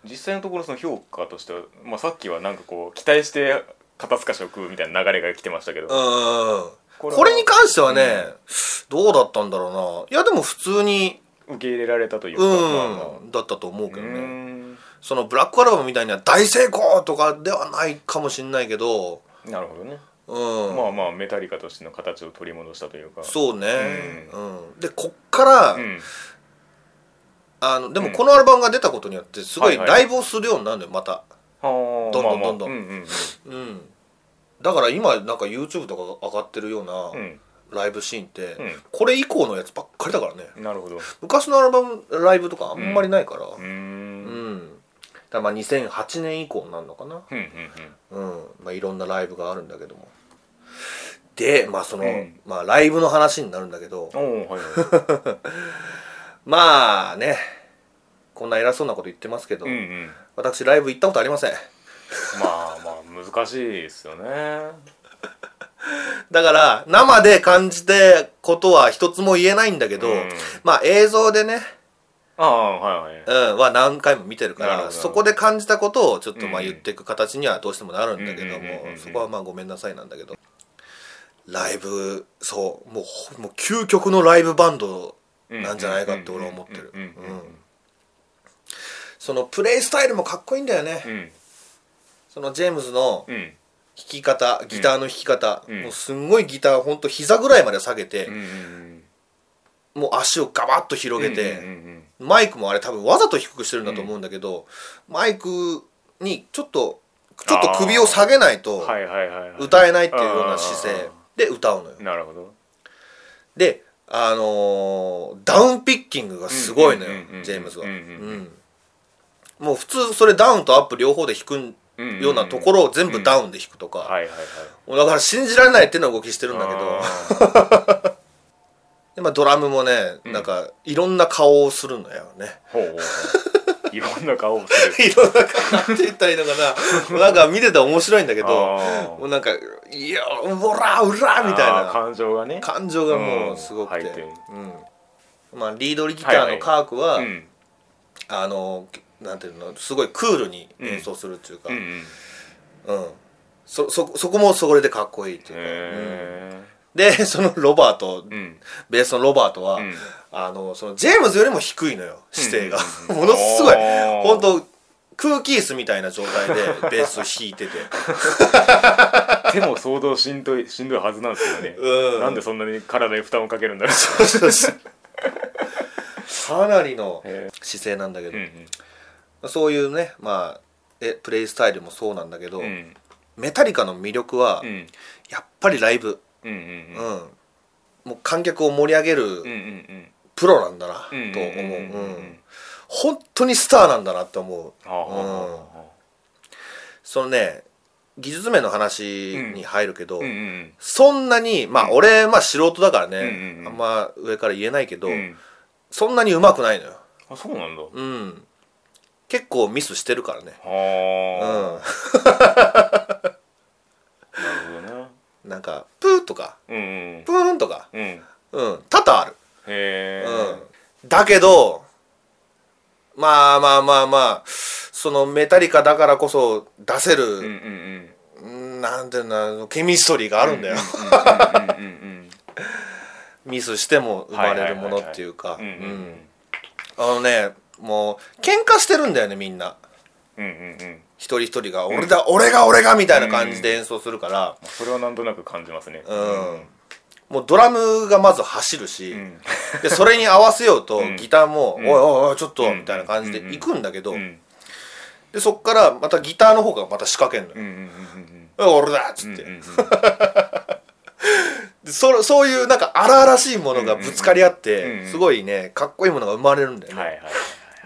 S1: 実際のところその評価としては、まあ、さっきはなんかこう期待して肩透かしを食うみたいな流れが来てましたけど、
S2: うん
S1: これは
S2: これに関してはね、どうだったんだろうないやでも普通に
S1: 受け入れられたというか、
S2: うん、
S1: まあまあ
S2: だったと思うけ
S1: う
S2: ど
S1: ー
S2: ね、
S1: ん
S2: そのブラックアルバムみたいには大成功とかではないかもしんないけど
S1: なるほどね、
S2: うん
S1: まあまあメタリカとしての形を取り戻したというか
S2: そうね、
S1: う
S2: うんでこっから、
S1: ん、
S2: あので
S1: う
S2: も
S1: ん
S2: このアルバムが出たことによってすごい
S1: はいは
S2: ラ
S1: い
S2: イブをするようになるのよまた、
S1: ど
S2: どんどんどんどん
S1: まあまあ、うん
S2: うんだから今なんか YouTube とかが上がってるよう
S1: う
S2: なんライブシーンって、
S1: うん
S2: これ以降のやつばっかりだからね
S1: うんなるほどう
S2: 昔のアルバムライブとかあんまりないから
S1: ーん
S2: う
S1: う
S2: ん、
S1: ん
S2: だからまあ2008年以降になるのかな
S1: うん
S2: うんまあいろんなライブがあるんだけどもでまあその、
S1: うん
S2: まあライブの話になるんだけど
S1: うんおおはいは
S2: まあねこんな偉そうなこと言ってますけど、
S1: いうんうん
S2: 私ライブ行ったことありません
S1: まあまあ難しいですよね
S2: だから生で感じたことは一つも言えないんだけど、
S1: うん
S2: まあ映像でね、
S1: ああはいはい
S2: うん、は何回も見てるか
S1: なるほ
S2: ら
S1: ど
S2: そこで感じたことをちょっとまあ
S1: うん
S2: 言っていく形にはどうしてもなるんだけど
S1: うんうんうんうんう
S2: も
S1: ん
S2: そこはまあごめんなさいなんだけどライブそうもうほもう究極のライブバンドなんじゃないかって俺は思ってる
S1: うんうんうんうん
S2: そのプレイスタイルもかっこいいんだよね
S1: うん
S2: そのジェームズの
S1: うん
S2: 弾き方ギターの弾き方、
S1: うん
S2: もうすんごいギターほんと膝ぐらいまで下げて
S1: うんう、ん
S2: もう足をガバッと広げて、
S1: うんうんうん
S2: マイクもあれ多分わざと低くしてるんだと思うんだけど、マイクにちょっとちょっと首を下げないと
S1: はいはいはいはい
S2: 歌えないっていうような姿勢
S1: あ
S2: で歌うのよ
S1: ーなるほど
S2: であのーダウンピッキングがすごいのよ
S1: うんうんうんうん
S2: ジェームズは、
S1: う
S2: うんん
S1: うんう
S2: もう普通それダウンとアップ両方で弾く
S1: うんうんうん
S2: ようなところを全部ダウンで弾くとか、
S1: はいはいはい
S2: もうだから信じられないっていうの動きしてるんだけど
S1: ど
S2: で、まあ、ドラムもね
S1: ん
S2: なんかいろんな顔をするのよね、
S1: ほうほうほういろんな顔をする
S2: いろんな顔って言ったらいいのか ななんか見てたら面白いんだけど
S1: あー
S2: もうなんか「いやうらうら」みたい
S1: あー
S2: な
S1: 感情がね
S2: 感情がもうすごく
S1: うん入っててる
S2: うんまあリードギターのカークは
S1: うん
S2: あのなんていうのすごいクールに演奏するっていうか
S1: うんうんへ
S2: うんそそそこもそれでかっこいいっていうか
S1: え
S2: でそのロバート
S1: うん
S2: ベースのロバートは
S1: うん
S2: あのそのジェームズよりも低いのよ姿勢が
S1: うん
S2: ものすごい
S1: あー
S2: 本当空気椅子みたいな状態でベースを弾いてて
S1: でも相当しんどいしんどいはずなんですけどね
S2: うん
S1: なんでそんなに体に負担をかけるんだろ
S2: かなりの
S1: うへ
S2: 姿勢なんだけ
S1: えう
S2: ど、
S1: ん
S2: そういうねまあえプレイスタイルもそうなんだけど、
S1: うんうん
S2: メタリカの魅力は、
S1: うん
S2: やっぱりライブ、
S1: うん
S2: う
S1: うんんうん
S2: もう観客を盛り上げ
S1: う
S2: る
S1: んうん
S2: プロなんだなと思う、
S1: うんうんうんうん
S2: うん本当にスターなんだなって思う
S1: あーはーはーは
S2: そのね技術面の話に入るけど、
S1: ーうんうん
S2: そんなにまあ俺、まあ素人だからね、
S1: うんうんうん
S2: あんま上から言えないけど、
S1: うん
S2: そんなにうまくないのよ
S1: あそうなんだ
S2: うん結構ミスしてるからね
S1: は
S2: う
S1: あなるほどね
S2: んなんかプーとか
S1: うんうん
S2: プーンとか
S1: うんへ
S2: うん多々ある、
S1: え
S2: うんだけどまあまあまあまあそのメタリカだからこそ出せ
S1: うんうん
S2: る、
S1: うん
S2: うんなんていうのケミストリーがあるんだよ、
S1: うんうんうんうん
S2: ミスしても生まれるものっていうか
S1: うんうん
S2: うんあのねもう喧嘩してるんだよねみんな
S1: うんうんうんうん
S2: 一人一人が「俺だ、俺が俺が」みたいな感じで演奏するから、
S1: それはなんとなく感じますね
S2: うんもうドラムがまず走るし、
S1: うん
S2: でそれに合わせようと
S1: うん
S2: ギターも
S1: う
S2: 「
S1: ん
S2: おいおいおいちょっと」
S1: うん
S2: みたいな感じで行くんだけど、
S1: うん
S2: でそっからまたギターの方がまた仕掛けんの
S1: うん
S2: よ
S1: うんうん
S2: 「おい俺だ!」っつ
S1: うん
S2: って、
S1: うんうん
S2: でそそういうなんか荒々しいものがぶつかり合って、
S1: うんうん
S2: すごいねかっこいいものが生まれるんだよね、
S1: はいはい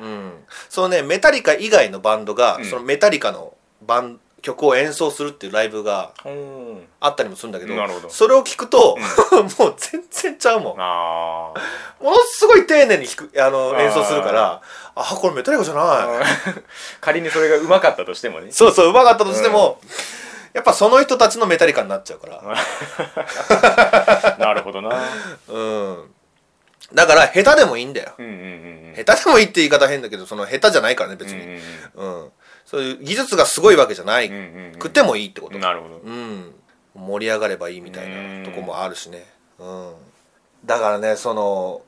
S2: うん、そのねメタリカ以外のバンドが、
S1: うん
S2: そのメタリカのバン曲を演奏するっていうライブが
S1: お
S2: あったりもするんだけど
S1: なるほど
S2: それを聞くと、もう全然ちゃうもんも
S1: あー
S2: のすごい丁寧に弾くあの
S1: あー
S2: 演奏するからあこれメタリカじゃない
S1: 仮にそれがうまかったとしてもね
S2: そうそううまかったとしても、やっぱその人たちのメタリカになっちゃうから
S1: なるほどな
S2: うんだから下手でもいいんだよ
S1: うんうんうんうん
S2: 下手でもいいって言い方変だけどその下手じゃないからね別
S1: うん
S2: に、
S1: うん
S2: うんそういう技術がすごいわけじゃない、
S1: うんうんうん
S2: くてもいいってこと
S1: なるほど
S2: うん、盛り上がればいいみたいなとこもあるしね、うん、だからねその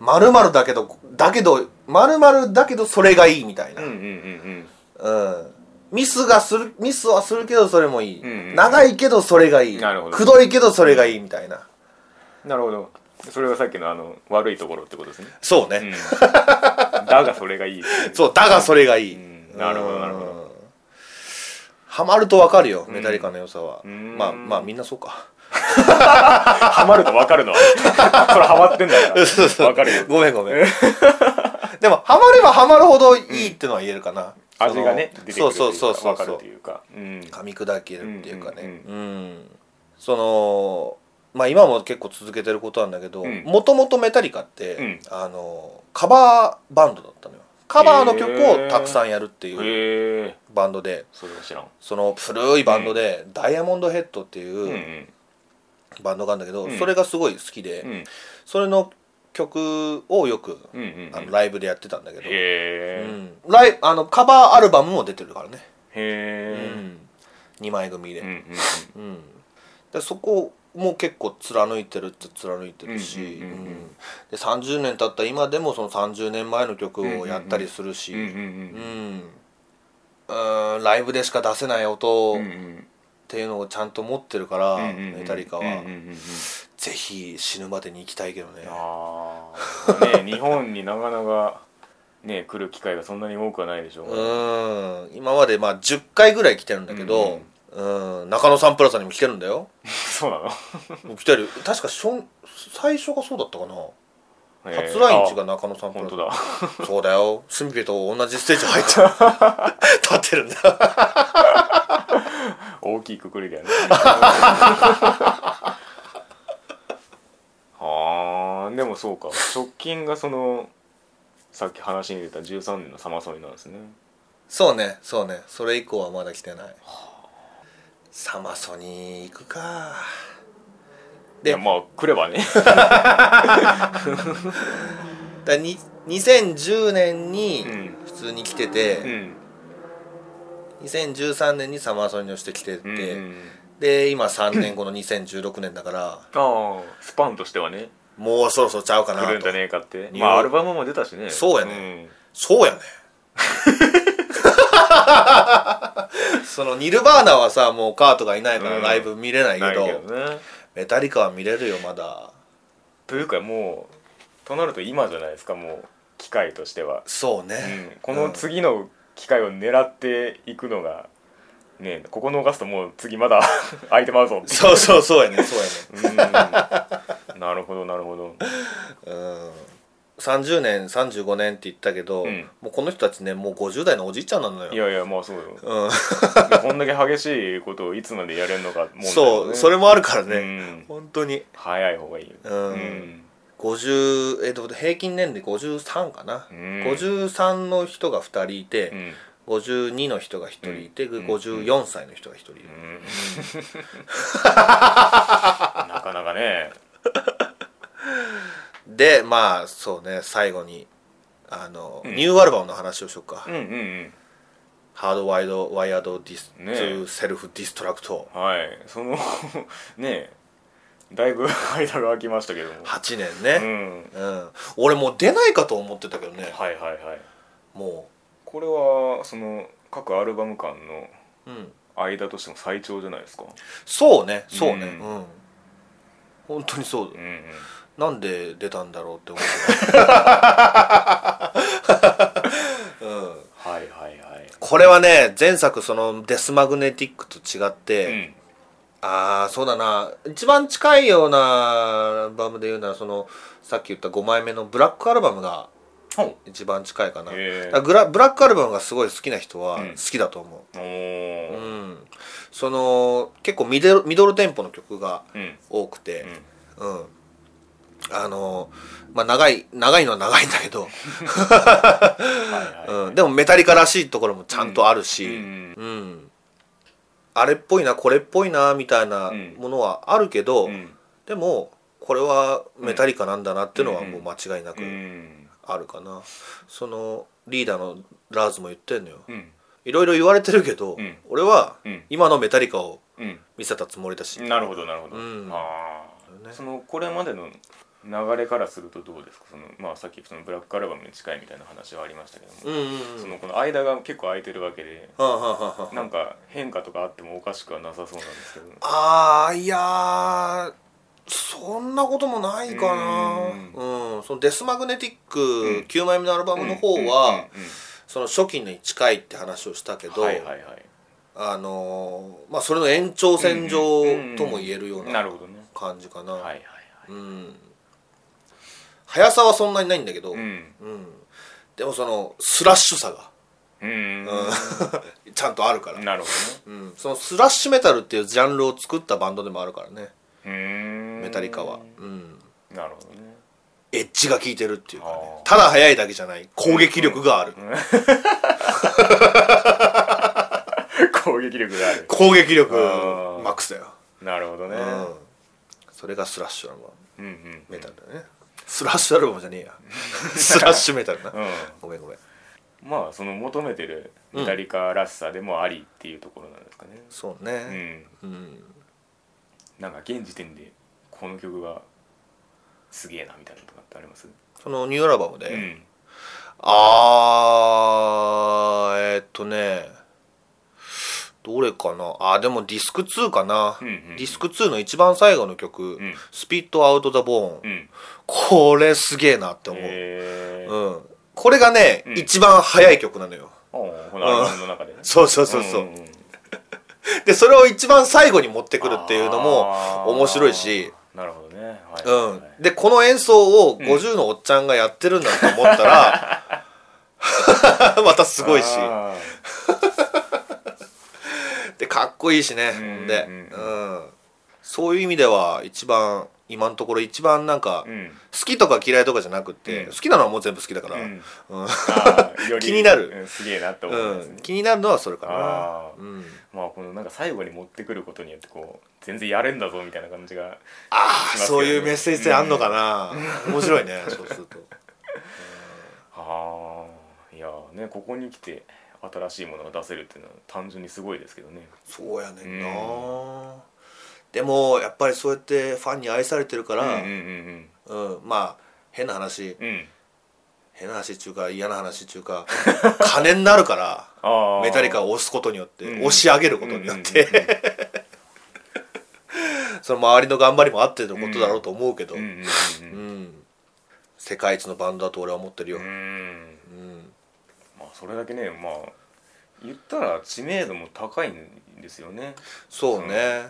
S2: まるまるだけどだけどまるまるだけどそれがいいみたいな、
S1: う
S2: うん
S1: うん
S2: ん
S1: うん
S2: ミスがするミスはするけどそれもいい、
S1: うんうん
S2: 長いけどそれがいい
S1: なるほど
S2: くどいけどそれがいいみたいな、
S1: うんなるほどそれがさっきのあの悪いところってことですね
S2: そうね、
S1: うんだがそれがいい
S2: そうだがそれがいい、
S1: うんなるほどなるほど
S2: うんハマるとわかるよメタリカの良さは、
S1: うん
S2: まあまあみんなそ うか
S1: ハマると分かるのはそれハマってんだから
S2: そうそう
S1: 分かるよ
S2: ごめんごめん でもハマればハマるほどいいってのは言えるかな、そ
S1: 味
S2: の
S1: がね出てくるというか
S2: そうそうそう
S1: 分か
S2: そ
S1: る
S2: う
S1: というかうん
S2: 噛み砕けるっていうかねう、
S1: うん
S2: そのまあ今も結構続けてることなんだけど
S1: うん
S2: もともとメタリカって、
S1: うん
S2: あのカバーバンドだったのよカバーの曲をたくさんやるっていう
S1: へえ
S2: バンドで
S1: それは知らん
S2: その古いバンドで、ダイヤモンドヘッドっていうバンドがあるんだけど、
S1: うん
S2: それがすごい好きで、
S1: うん
S2: それの曲をよく
S1: うんうん
S2: あのライブでやってたんだけど、
S1: へえ
S2: うん、ライあのカバーアルバムも出てるからね、う
S1: へえ
S2: ん、2枚組で,、
S1: う
S2: うんん
S1: うん
S2: でそこも結構貫いてるって貫いてるし、
S1: うんうんうんうん
S2: うんで30年経った今でもその30年前の曲をやったりするし、
S1: うんうん
S2: うんうんライブでしか出せない音
S1: うんう
S2: っ
S1: ん
S2: ていうのをちゃんと持ってるから、
S1: うんうんうん
S2: メタリカは、
S1: うんうんうんうん
S2: ぜひ死ぬまでに行きたいけどね
S1: ああね日本になかなかね来る機会がそんなに多くはないでしょうから
S2: うん今までまあ10回ぐらい来てるんだけど、うん中野サンプラザにも来てるんだよ
S1: そうなの
S2: もう来てる確かしょん最初がそうだったかな初
S1: ラ
S2: 来
S1: イン
S2: 日が中野さん
S1: 本当
S2: だ
S1: だ
S2: そうだよスミペと同じステージ入っ ちゃう立ってるんだ
S1: 大きいくくりだよ ねはあでもそうか直近がそのさっき話に出た13年のサマソニなんですね
S2: そうねそうねそれ以降はまだ来てないサマソニー行くかで
S1: でまあ来れば ね
S2: だに2010年に
S1: うん
S2: 普通に来て
S1: う
S2: て、
S1: ん
S2: 2013年にサマソニーをして来てて、
S1: うんうん
S2: で今3年後の2016年だから
S1: ああスパンとしてはね
S2: もうそろそろちゃうかな
S1: 来るんじ
S2: と
S1: ゃねえかって
S2: ニュー
S1: まあアルバムも出たしね
S2: そうやねそう やねそのニルバーナはさもうカートがいないから
S1: うん
S2: ライブ見れな
S1: う
S2: い
S1: ん、な
S2: け
S1: い
S2: ど,、
S1: けどね
S2: メタリカは見れるよまだ
S1: というかもうとなると今じゃないですかもう機会としては
S2: そうね、
S1: うんこの次の機会を狙っていくのが、ねここ逃すともう次まだ 空いてまうぞって
S2: そうそうそうやねそうやね
S1: うんなるほどなるほど
S2: うん30年35年って言ったけど、
S1: うん
S2: もうこの人たちねもう50代のおじいちゃんなのよ
S1: いやいやまあそうよ
S2: うん、
S1: でこんだけ激しいことをいつまでやれるのかも
S2: そうそ
S1: れ
S2: れもあるからね、
S1: うん
S2: 本当に
S1: 早い方がいいよ
S2: うん50えっと平均年齢53かな、
S1: うん
S2: 53の人が2人いて、
S1: うん
S2: 52の人が1人いて、
S1: うん
S2: 54歳の人が1人いる、
S1: うんなかなかね
S2: でまあそうね最後にあの、
S1: うん
S2: ニューアルバムの話をしようか、
S1: うんうん
S2: ハードワイドワイヤードディス、
S1: ねえ
S2: トゥセルフディストラクト
S1: うんはいそのねだいぶ 間が空きましたけども
S2: 8年
S1: う
S2: ね、
S1: ん
S2: うん俺もう出ないかと思ってたけどね
S1: はいはいはい
S2: も
S1: これはその各アルバム間の
S2: う、うん、
S1: 間としても最長じゃないですか
S2: そうねそうね
S1: う
S2: うん、本当にそう
S1: うんうん
S2: なんで出たんだろうって思って、うん、
S1: はいはいはい
S2: これはね前作そのデスマグネティックと違っ
S1: う
S2: て、
S1: ん
S2: ああそうだな一番近いようなアルバムで言うならそのさっき言った5枚目のブラックアルバムが
S1: ほう
S2: 一番近いかな、
S1: へー
S2: だからグラブラックアルバムがすごい好きな人は
S1: うん
S2: 好きだと思
S1: お
S2: う、うん
S1: ー
S2: その結構ミドルミドルテンポの曲が
S1: うん
S2: 多くて、
S1: うん
S2: うん。あの、まあ、長い、長いのは長いんだけど、
S1: はいは
S2: うん。でもメタリカらしいところもちゃんとある
S1: い
S2: し、
S1: う
S2: うん。
S1: ん
S2: あれっぽいな、これっぽいな、みたいな
S1: うん
S2: ものはあるけど、
S1: うん
S2: でも、これはメタリカなんだなっていうのは
S1: うん
S2: もう間違いなく
S1: うん
S2: あるかな。その、リーダーのラーズも言ってんのよ。
S1: うん
S2: いろいろ言われてるけど、
S1: うん
S2: 俺は
S1: うん
S2: 今のメタリカを
S1: うん
S2: 見せたつもりだし、
S1: なるほどなるほど、
S2: うん
S1: ああ、
S2: ね
S1: そのこれまでの流れからするとどうですかその、まあ、さっきそのブラックアルバムに近いみたいな話はありましたけど
S2: う
S1: も、
S2: んうんう
S1: そ
S2: ん。
S1: のこの間が結構空いてるわけで
S2: はあはあはあはあ
S1: なんか変化とかあってもおかしくはなさそうなんですけど
S2: あーいやーそんなこともないかなうんそのデスマグネティッ
S1: うん
S2: ク9枚目のアルバムの方は
S1: うんうん
S2: その初期に近いって話をしたけ
S1: うん
S2: ど
S1: はいはいはい
S2: あのーまあそれの延長線上とも言えるよう
S1: な
S2: な
S1: るほどね
S2: 感じかな
S1: はいはいはい
S2: うん速さはそんなにないんだけど、
S1: うん
S2: うんでもそのスラッシュさが
S1: うん、
S2: ちゃんとあるから、
S1: なるほ
S2: うん、そのスラッシュメタルっていうジャンルを作ったバンドでもあるからね
S1: どねうん
S2: メタリカはうん
S1: なるほどね
S2: エッジが効いてるっていうかね
S1: あー
S2: ただ速いだけじゃない攻撃力がある、
S1: 攻撃力がある
S2: 攻撃力
S1: あー
S2: マックスだよ、
S1: なるほどね
S2: うん、それがスラッシュアルバム
S1: うんうん
S2: メタルだね、スラッシュアルバムじゃねえ やスラッシュメタルな、
S1: うん
S2: ごめんごめん
S1: まあその求めてるメタリカらしさでもありっていうところなんですかね、
S2: そう
S1: うん
S2: ねうん、
S1: なんか現時点でこの曲がすげえなみたいなのとかってあります、
S2: そのニューアルバムで、
S1: うん、
S2: あーえーっとねどれかなあでもディスク2かな、
S1: うんうんうん
S2: ディスク2の一番最後の曲「
S1: ん
S2: スピットアウト・ザ・ボーン」
S1: うん
S2: これすげえなって思う、
S1: えー、
S2: うん、これがね、
S1: うん
S2: 一番早い曲なのよ
S1: ああこのアルバムの中でね
S2: そうそうそうそう、
S1: んんん
S2: でそれを一番最後に持ってくるっていうの
S1: あ
S2: も
S1: ー
S2: 面白いし
S1: なるほどねはいはい、
S2: う
S1: は
S2: ん、でこの演奏を
S1: ん
S2: 50のおっちゃんがやってるんだと思ったら、 またすごいし
S1: あ
S2: でかっこいいしね、
S1: うん
S2: ほんで、
S1: う
S2: うん、そういう意味では一番今のところ一番なんか、
S1: ーうん
S2: 好きとか嫌いとかじゃなくて、
S1: うん
S2: 好きなのはもう全部好きだから、
S1: うん
S2: うん
S1: あーより
S2: 気になる
S1: うんすげえなって思うんです
S2: うん
S1: ね、
S2: 気になるのはそれか
S1: あー
S2: な、うん、
S1: まあこのなんか最後に持ってくることによってこう全然やれんだぞみたいな感じが
S2: あ
S1: し
S2: あ、
S1: ますけどね
S2: そういうメッセージ性あんのかな、面白いねそうすると
S1: ああいやーねここに来て新しいものが出せるっていうのは単純にすごいですけどね
S2: そうやねんな、
S1: う
S2: でもやっぱりそうやってファンに愛されてるか
S1: うんう
S2: ら、
S1: ん
S2: うんまあ変な話
S1: うんうん
S2: 変な話っちゅうか嫌な話っちゅうか金になるから
S1: ああ
S2: メタリカを押すことによって、
S1: うん
S2: 押し上げることによって、 その周りの頑張りもあってのことだろうと思うけど、
S1: う
S2: うん
S1: うんんうん
S2: 世界一のバンドだと俺は思ってるよ、
S1: うんうんうん
S2: うん
S1: まあそれだけねまあ言ったら知名度も高いんですよね
S2: そうね、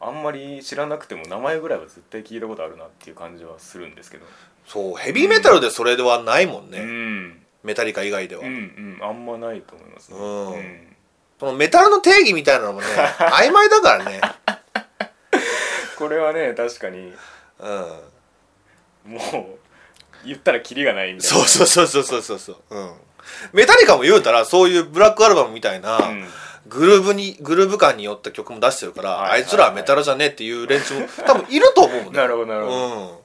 S1: あんまり知らなくても名前ぐらいは絶対聞いたことあるなっていう感じはするんですけど、
S2: そうヘビーメタルでそれではないもんね、
S1: うん
S2: メタリカ以外では、
S1: うんうんあんまないと思いますね
S2: うん
S1: うん
S2: そのメタルの定義みたいな のもね曖昧だからね
S1: これはね確かに
S2: う
S1: もう言ったらキリがないみ
S2: ん
S1: たいな
S2: そうそうそうそうそうそうそう、うん、メタリカも言うたらそういうブラックアルバムみたいな、
S1: うん
S2: グルーブにグルーブ感によった曲も出してるから、
S1: はいはいはい
S2: あいつらはメタルじゃねえっていう連中も多分いると思うんだ
S1: な
S2: よ
S1: るほどなるほ
S2: ど、うん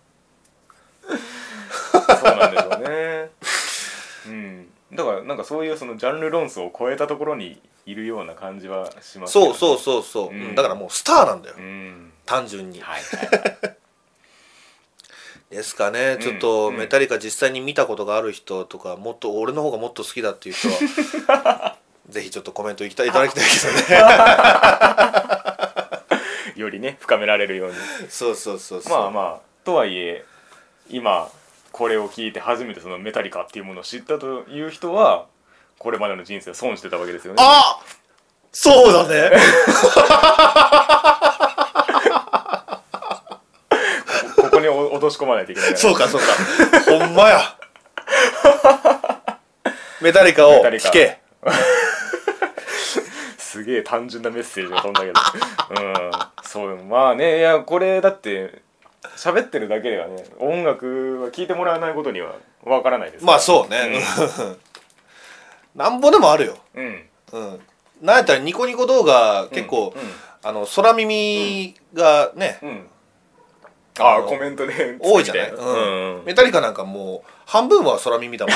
S1: そうなんですよね。うん、だからなんかそういうそのジャンル論争を超えたところにいるような感じはしますけど
S2: そうそうそうそう、
S1: うん
S2: うんだからもうスターなんだよ、
S1: うん
S2: 単純に
S1: はいはい
S2: ですかね
S1: うん
S2: ちょっと
S1: うん
S2: メタリカ実際に見たことがある人とかもっと俺の方がもっと好きだっていう人は ぜひちょっとコメントいきたいいただきたいけどね
S1: いよりね深められるように
S2: そうそうそうそう
S1: まあまあとはいえ今これを聞いて初めてそのメタリカっていうものを知ったという人はこれまでの人生は損してたわけですよね
S2: あそう だね
S1: ここにお落とし込まないといけないから
S2: そうかそうかほんまや メタリカを
S1: メタリカ
S2: 聞け
S1: すげえ単純なメッセージが飛んだけどうんそうまあねいやこれだって喋ってるだけではね音楽は聴いてもらわないことにはわからないです
S2: まあそうね、 なんぼでもあるよ
S1: うん、うん
S2: うんなんやったらニコニコ動画結構、あの空耳がね、
S1: うんうんあ
S2: あ
S1: あ
S2: の
S1: コメントで
S2: 多いじゃない、
S1: つき
S2: うん
S1: たようんうん
S2: メタリカなんかもう半分は空耳だ もん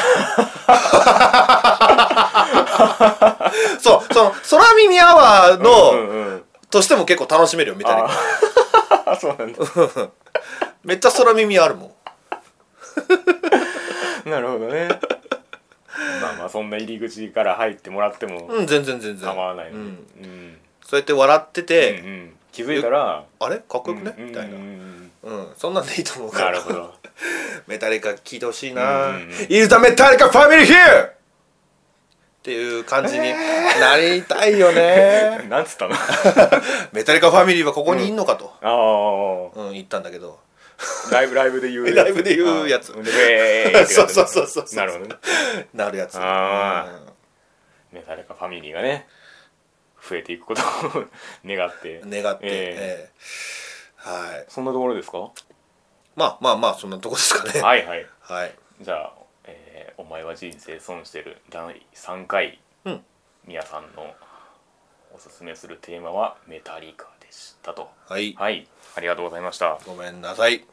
S2: そうその空耳アワーの、
S1: うんうんうん
S2: としても結構楽しめるよメタリカ
S1: あー そうなんだ
S2: めっちゃ空耳あるもん
S1: なるほどねまあまあそんな入り口から入ってもらっても
S2: うん全然全然
S1: 構わないの
S2: う
S1: でうん
S2: ん、
S1: うん
S2: そうやって笑ってて、
S1: うん気づいたら
S2: あれかっこよくね、
S1: うんうんうん
S2: みたいな
S1: うんうん
S2: うんそんなんでいいと思うか
S1: な
S2: ら
S1: るほ ど
S2: メタリカ聴いてほしいな、
S1: うんうんうん
S2: Is the Metallica Family Here! っていう感じになりたい よね、
S1: なんつったのあ
S2: メタリカファミリーはここにいんのかと、
S1: あ
S2: うん言ったんだけど、
S1: ライブライブで言うやつ
S2: ライブで言うやつ
S1: あーでウェーイってやつ
S2: そうそうそうそうそう
S1: なるほどね
S2: なるやつ、
S1: あ
S2: う
S1: メタリカファミリーがね増えていくことを 願って
S2: ん願って、
S1: ええ
S2: ええはい
S1: そんなところですかは
S2: まあまあまあそんなとこですかね
S1: いはい
S2: はい
S1: じゃあ、えーお前は人生損してる」第3回
S2: うん
S1: 皆さんのおすすめするテーマは「メタリカ」でしたと
S2: はい
S1: はいありがとうございました
S2: ごめんなさい